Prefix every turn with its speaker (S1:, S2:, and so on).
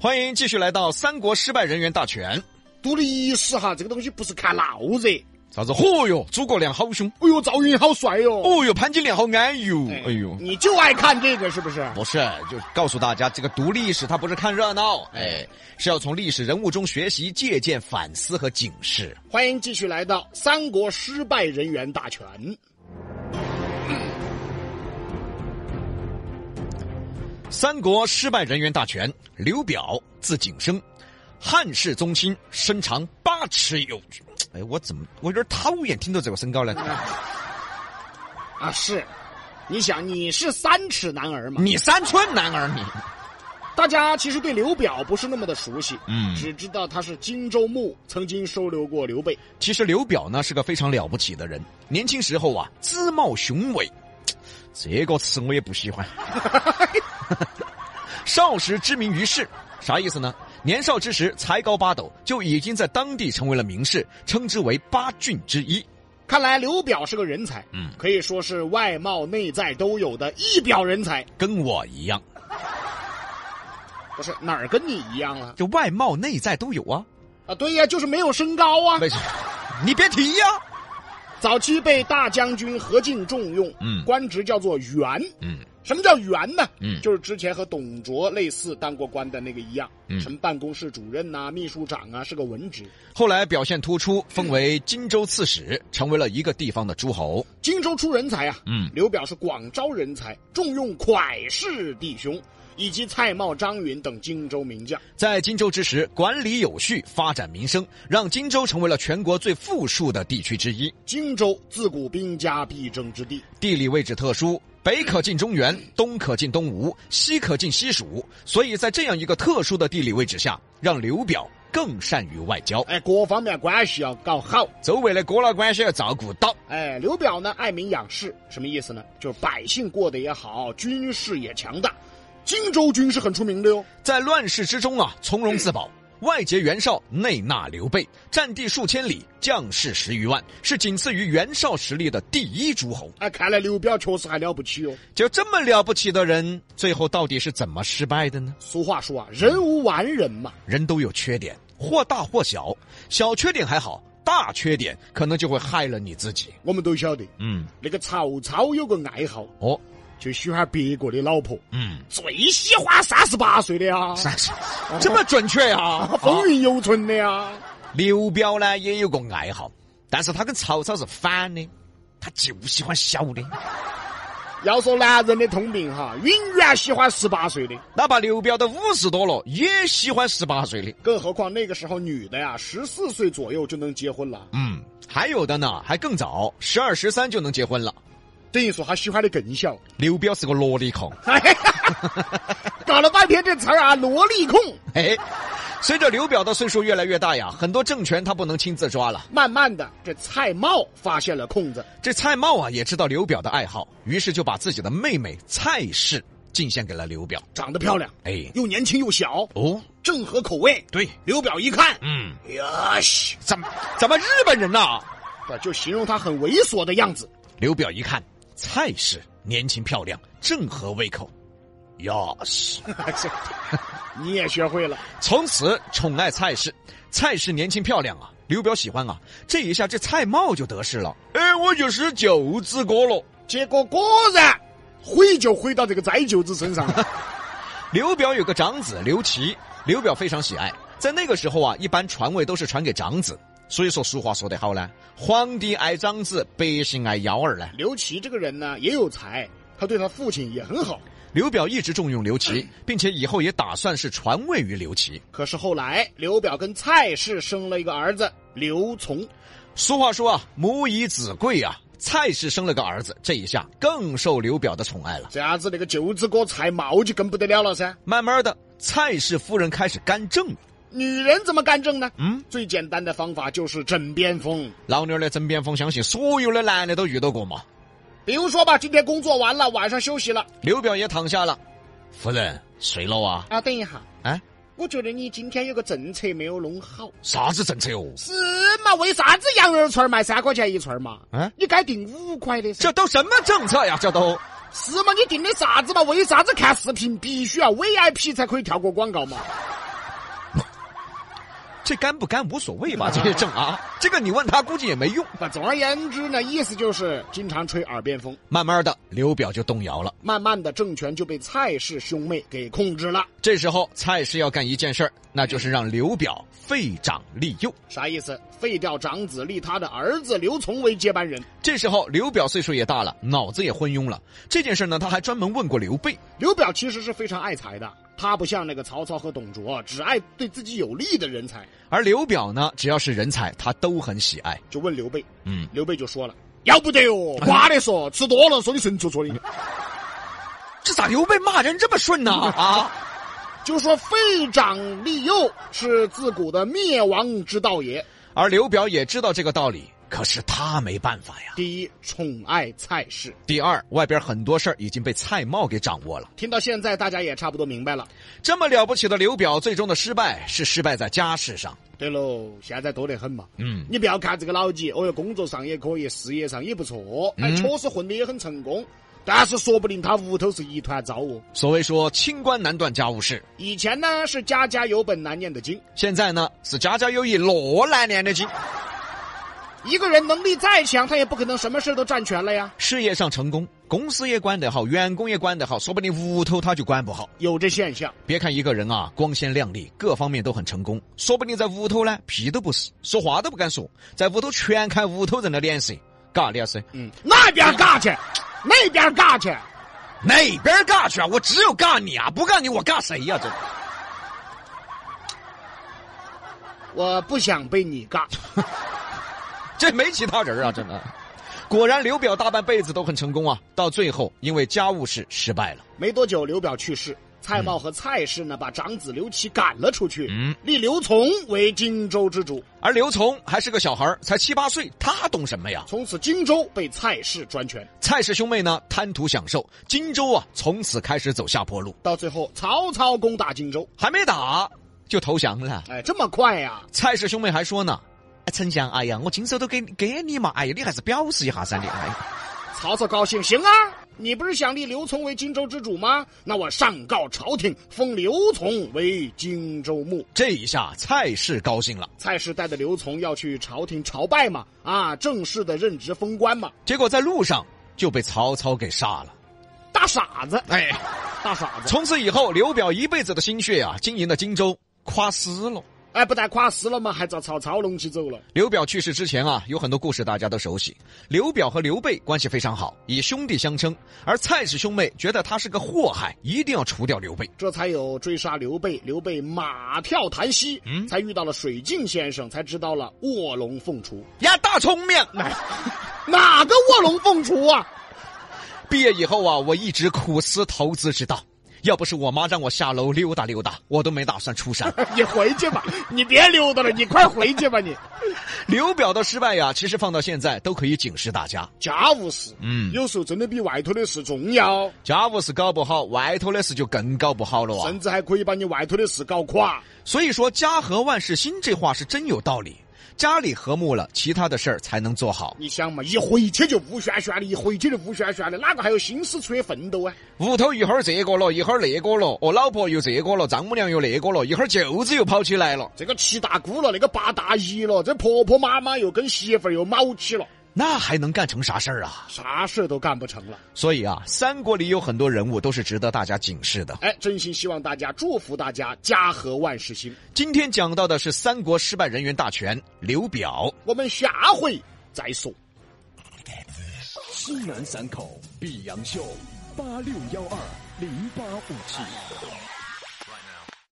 S1: 欢迎继续来到《三国失败人员大全》。
S2: 读历史哈，这个东西不是看闹热。
S1: 啥子？嚯哟，诸葛亮好凶！
S2: 哎呦，赵云好帅哟、哦！
S1: 哦哟，潘金莲好安哟！哎呦，
S2: 你就爱看这个是不是？
S1: 不是，就告诉大家，这个读历史它不是看热闹，哎，是要从历史人物中学习、借鉴、反思和警示。
S2: 欢迎继续来到《三国失败人员大全》。
S1: 三国失败人员大全，刘表，字景升，汉室宗亲，身长八尺有。哎，我怎么我有点讨厌听到这个身高呢？
S2: 啊，是，你想你是三尺男儿嘛？
S1: 你三寸男儿你，
S2: 大家其实对刘表不是那么的熟悉，
S1: 嗯
S2: 只知道他是荆州牧，曾经收留过刘备。
S1: 其实刘表呢是个非常了不起的人，年轻时候啊姿貌雄伟，这个词我也不喜欢。 少时知名于世，啥意思呢？年少之时才高八斗，就已经在当地成为了名士，称之为八俊之一。
S2: 看来刘表是个人才，
S1: 嗯
S2: 可以说是外貌内在都有的一表人才。
S1: 跟我一样，
S2: 不是哪儿跟你一样了
S1: 就外貌内在都有啊。
S2: 啊？对呀，就是没有身高啊。
S1: 为什么？ 你别提呀、
S2: 早期被大将军何进重用，
S1: 嗯
S2: 官职叫做员。
S1: 嗯，
S2: 什么叫员呢？
S1: 嗯
S2: 就是之前和董卓类似当过官的那个一样，
S1: 嗯
S2: 什么办公室主任呐、秘书长啊，是个文职。
S1: 后来表现突出，封为荆州刺史，成为了一个地方的诸侯。
S2: 荆州出人才啊，
S1: 嗯
S2: 刘表是广招人才，重用蒯氏弟兄以及蔡瑁、张允等荆州名将。
S1: 在荆州之时，管理有序，发展民生，让荆州成为了全国最富庶的地区之一。
S2: 荆州自古兵家必争之地，
S1: 地理位置特殊，北可进中原，东可进东吴，西可进西蜀，所以在这样一个特殊的地理位置下，让刘表更善于外交，
S2: 哎，各方面关系要搞好。
S1: 周围的哥老关系要照顾到。
S2: 哎，刘表呢爱民养士，什么意思呢？就是百姓过得也好，军事也强大。荆州军是很出名的哟。
S1: 在乱世之中啊，从容自保，外结袁绍，内纳刘备，占地数千里，将士十余万，是仅次于袁绍实力的第一诸侯。
S2: 哎，看来刘表确实还了不起哦哟。
S1: 就这么了不起的人，最后到底是怎么失败的呢？
S2: 俗话说啊，人无完人嘛。
S1: 人都有缺点，或大或小，小缺点还好，大缺点可能就会害了你自己。
S2: 我们都晓得，
S1: 嗯，
S2: 那个曹操有个爱好，
S1: 哦，
S2: 就喜欢别个的老婆，
S1: 嗯，
S2: 最喜欢三十八岁的啊，
S1: 三十，这么准确呀、
S2: 啊风韵犹存的啊。
S1: 刘表呢也有个爱好，但是他跟曹操是反的，他就喜欢小的。
S2: 要说男人的通病哈，永远喜欢十八岁的，
S1: 哪怕刘表都五十多了，也喜欢十八岁的。
S2: 更何况那个时候女的呀，十四岁左右就能结婚了，
S1: 嗯，还有的呢，还更早，十二十三就能结婚了。
S2: 等于说他喜欢的更小。
S1: 刘表是个萝莉控，
S2: 搞了半天这词儿啊，萝莉控。
S1: 哎，随着刘表的岁数越来越大呀，很多政权他不能亲自抓了。
S2: 慢慢的，这蔡瑁发现了空子，
S1: 这蔡瑁啊也知道刘表的爱好，于是就把自己的妹妹蔡氏进献给了刘表。
S2: 长得漂亮，
S1: 哎，
S2: 又年轻又小，
S1: 哦，
S2: 正合口味。
S1: 对，
S2: 刘表一看，
S1: 嗯，
S2: 哟西，
S1: 怎么怎么日本人呐、
S2: 不就形容他很猥琐的样子。
S1: 刘表一看，蔡氏年轻漂亮，正合胃口，哟是。
S2: 你也学会了，
S1: 从此宠爱蔡氏。蔡氏年轻漂亮啊，刘表喜欢啊。这一下这蔡瑁就得势了。哎，我就是九子哥了。
S2: 结果果然毁就毁到这个翟九子身上 了。
S1: 刘表有个长子刘琦，刘表非常喜爱。在那个时候啊，一般传位都是传给长子，所以说俗话说得好呢，皇帝爱长子，百姓爱幺儿呢。
S2: 刘琦这个人呢也有才，他对他父亲也很好。
S1: 刘表一直重用刘琦，并且以后也打算是传位于刘琦。
S2: 可是后来，刘表跟蔡氏生了一个儿子刘琮，
S1: 俗话说啊，母以子贵啊。蔡氏生了个儿子，这一下更受刘表的宠爱了。
S2: 这下子那个九子哥蔡瑁就更不得了了噻。
S1: 慢慢的，蔡氏夫人开始干政了。
S2: 女人怎么干政呢？
S1: 嗯，
S2: 最简单的方法就是枕边风。
S1: 老妞儿的枕边风，相信所有的男的都遇到过嘛。
S2: 比如说吧，今天工作完了，晚上休息了
S1: 刘表也躺下了，夫人睡了啊？
S2: 啊，等一下，
S1: 哎，
S2: 我觉得你今天有个政策没有弄好。
S1: 啥子政策哦？
S2: 是嘛？为啥子羊肉串儿卖三块钱一串儿嘛？
S1: 嗯
S2: 你该定五块的噻。
S1: 这都什么政策呀？这都
S2: 是嘛？你定的啥子嘛？为啥子看视频必须要 VIP 才可以跳过广告嘛？
S1: 这干不干无所谓吧，这些政啊，这个你问他估计也没用。
S2: 那总而言之呢，意思就是经常吹耳边风，
S1: 慢慢的，刘表就动摇了。
S2: 慢慢的政权就被蔡氏兄妹给控制了。
S1: 这时候，蔡氏要干一件事儿，那就是让刘表废长立幼。
S2: 啥意思？废掉长子，立他的儿子刘琮为接班人。
S1: 这时候，刘表岁数也大了，脑子也昏庸了。这件事呢，他还专门问过刘备。
S2: 刘表其实是非常爱财的，他不像那个曹操和董卓，只爱对自己有利的人才。
S1: 而刘表呢，只要是人才，他都很喜爱。
S2: 就问刘备，
S1: 嗯，
S2: 刘备就说了：“要不得哟，瓜的说，吃多了说你神戳戳的，
S1: 这咋刘备骂人这么顺呢？啊，
S2: 就说废长立幼是自古的灭亡之道也。
S1: 而刘表也知道这个道理，可是他没办法呀。
S2: 第一，宠爱蔡氏。
S1: 第二，外边很多事儿已经被蔡瑁给掌握了。
S2: 听到现在，大家也差不多明白了。
S1: 这么了不起的刘表，最终的失败是失败在家事上。
S2: 对喽，现在多得很嘛。
S1: 嗯，
S2: 你不要看这个老几，哦哟，工作上也可以，事业上也不错，哎，确实混得也很成功。但是说不定他屋头是一团糟哦。
S1: 所谓说清官难断家务事，
S2: 以前呢是家家有本难念的经，
S1: 现在呢是家家有一箩难念的经。
S2: 一个人能力再强，他也不可能什么事都占全了呀。
S1: 事业上成功，公司也管得好，员工也管得好，说不定屋头他就管不好。
S2: 有这现象，
S1: 别看一个人啊光鲜亮丽，各方面都很成功，说不定在屋头呢屁都不是，说话都不敢说，在屋头全看屋头人的脸色。嘎，李老师，
S2: 嗯，那边尬去，那边尬去，
S1: 哪边尬去啊？我只有尬你啊，不尬你我尬谁呀、这
S2: 我不想被你尬。
S1: 这没其他人啊，真的。果然，刘表大半辈子都很成功啊，到最后因为家务事失败了。
S2: 没多久，刘表去世，蔡瑁和蔡氏呢，把长子刘琦赶了出去，
S1: 嗯
S2: 立刘琮为荆州之主。
S1: 而刘琮还是个小孩儿才七八岁，他懂什么呀？
S2: 从此荆州被蔡氏专权，
S1: 蔡氏兄妹呢，贪图享受，荆州啊，从此开始走下坡路，
S2: 到最后曹操攻打荆州，
S1: 还没打就投降了。
S2: 哎，这么快呀、
S1: 蔡氏兄妹还说呢：“哎，丞相，哎呀，我荆州都给给你嘛，哎呀，你还是表示一下噻，你哎。”
S2: 曹操高兴，行啊，你不是想立刘琮为荆州之主吗？那我上告朝廷，封刘琮为荆州牧。
S1: 这一下，蔡氏高兴了。
S2: 蔡氏带着刘琮要去朝廷朝拜嘛，啊，正式的任职封官嘛，
S1: 结果在路上就被曹操给杀了。
S2: 大傻子，
S1: 哎，
S2: 大傻子，
S1: 从此以后，刘表一辈子的心血啊，经营的荆州垮死了。
S2: 哎，不但垮死了嘛，还遭曹操弄起走了。
S1: 刘表去世之前啊，有很多故事大家都熟悉。刘表和刘备关系非常好，以兄弟相称。而蔡氏兄妹觉得他是个祸害，一定要除掉刘备。
S2: 这才有追杀刘备，刘备马跳檀溪，才遇到了水镜先生，才知道了卧龙凤雏。
S1: 呀，大聪明！
S2: 哪个卧龙凤雏啊？
S1: 毕业以后啊，我一直苦思投资之道。要不是我妈让我下楼溜达溜达，我都没打算出山。
S2: 你回去吧，你别溜达了，你快回去吧你。
S1: 刘表的失败呀、啊其实放到现在都可以警示大家。
S2: 家务事，
S1: 嗯
S2: 有时候真的比外头的事重要，
S1: 家务事搞不好，外头的事就更搞不好了啊。
S2: 甚至还可以把你外头的事搞垮。
S1: 所以说，家和万事兴这话是真有道理。家里和睦了，其他的事儿才能做好。
S2: 你想嘛，一回去就乌旋旋的，一回去就乌旋旋的，哪个还有心思出去奋斗啊？
S1: 屋头一会儿这个了，一会儿那个了，哦，老婆又这个了，丈母娘又那个了，一会儿舅子又跑起来了，
S2: 这个七大姑了，那个八大姨了，这婆婆妈妈又跟媳妇儿又卯起了，
S1: 那还能干成啥事儿啊？
S2: 啥事都干不成了。
S1: 所以啊，三国里有很多人物都是值得大家警示的。
S2: 哎，真心希望大家祝福大家家和万事兴。
S1: 今天讲到的是三国失败人员大全刘表。
S2: 我们下回再说。
S3: 西南散口碧阳秀，八六幺二零八五七。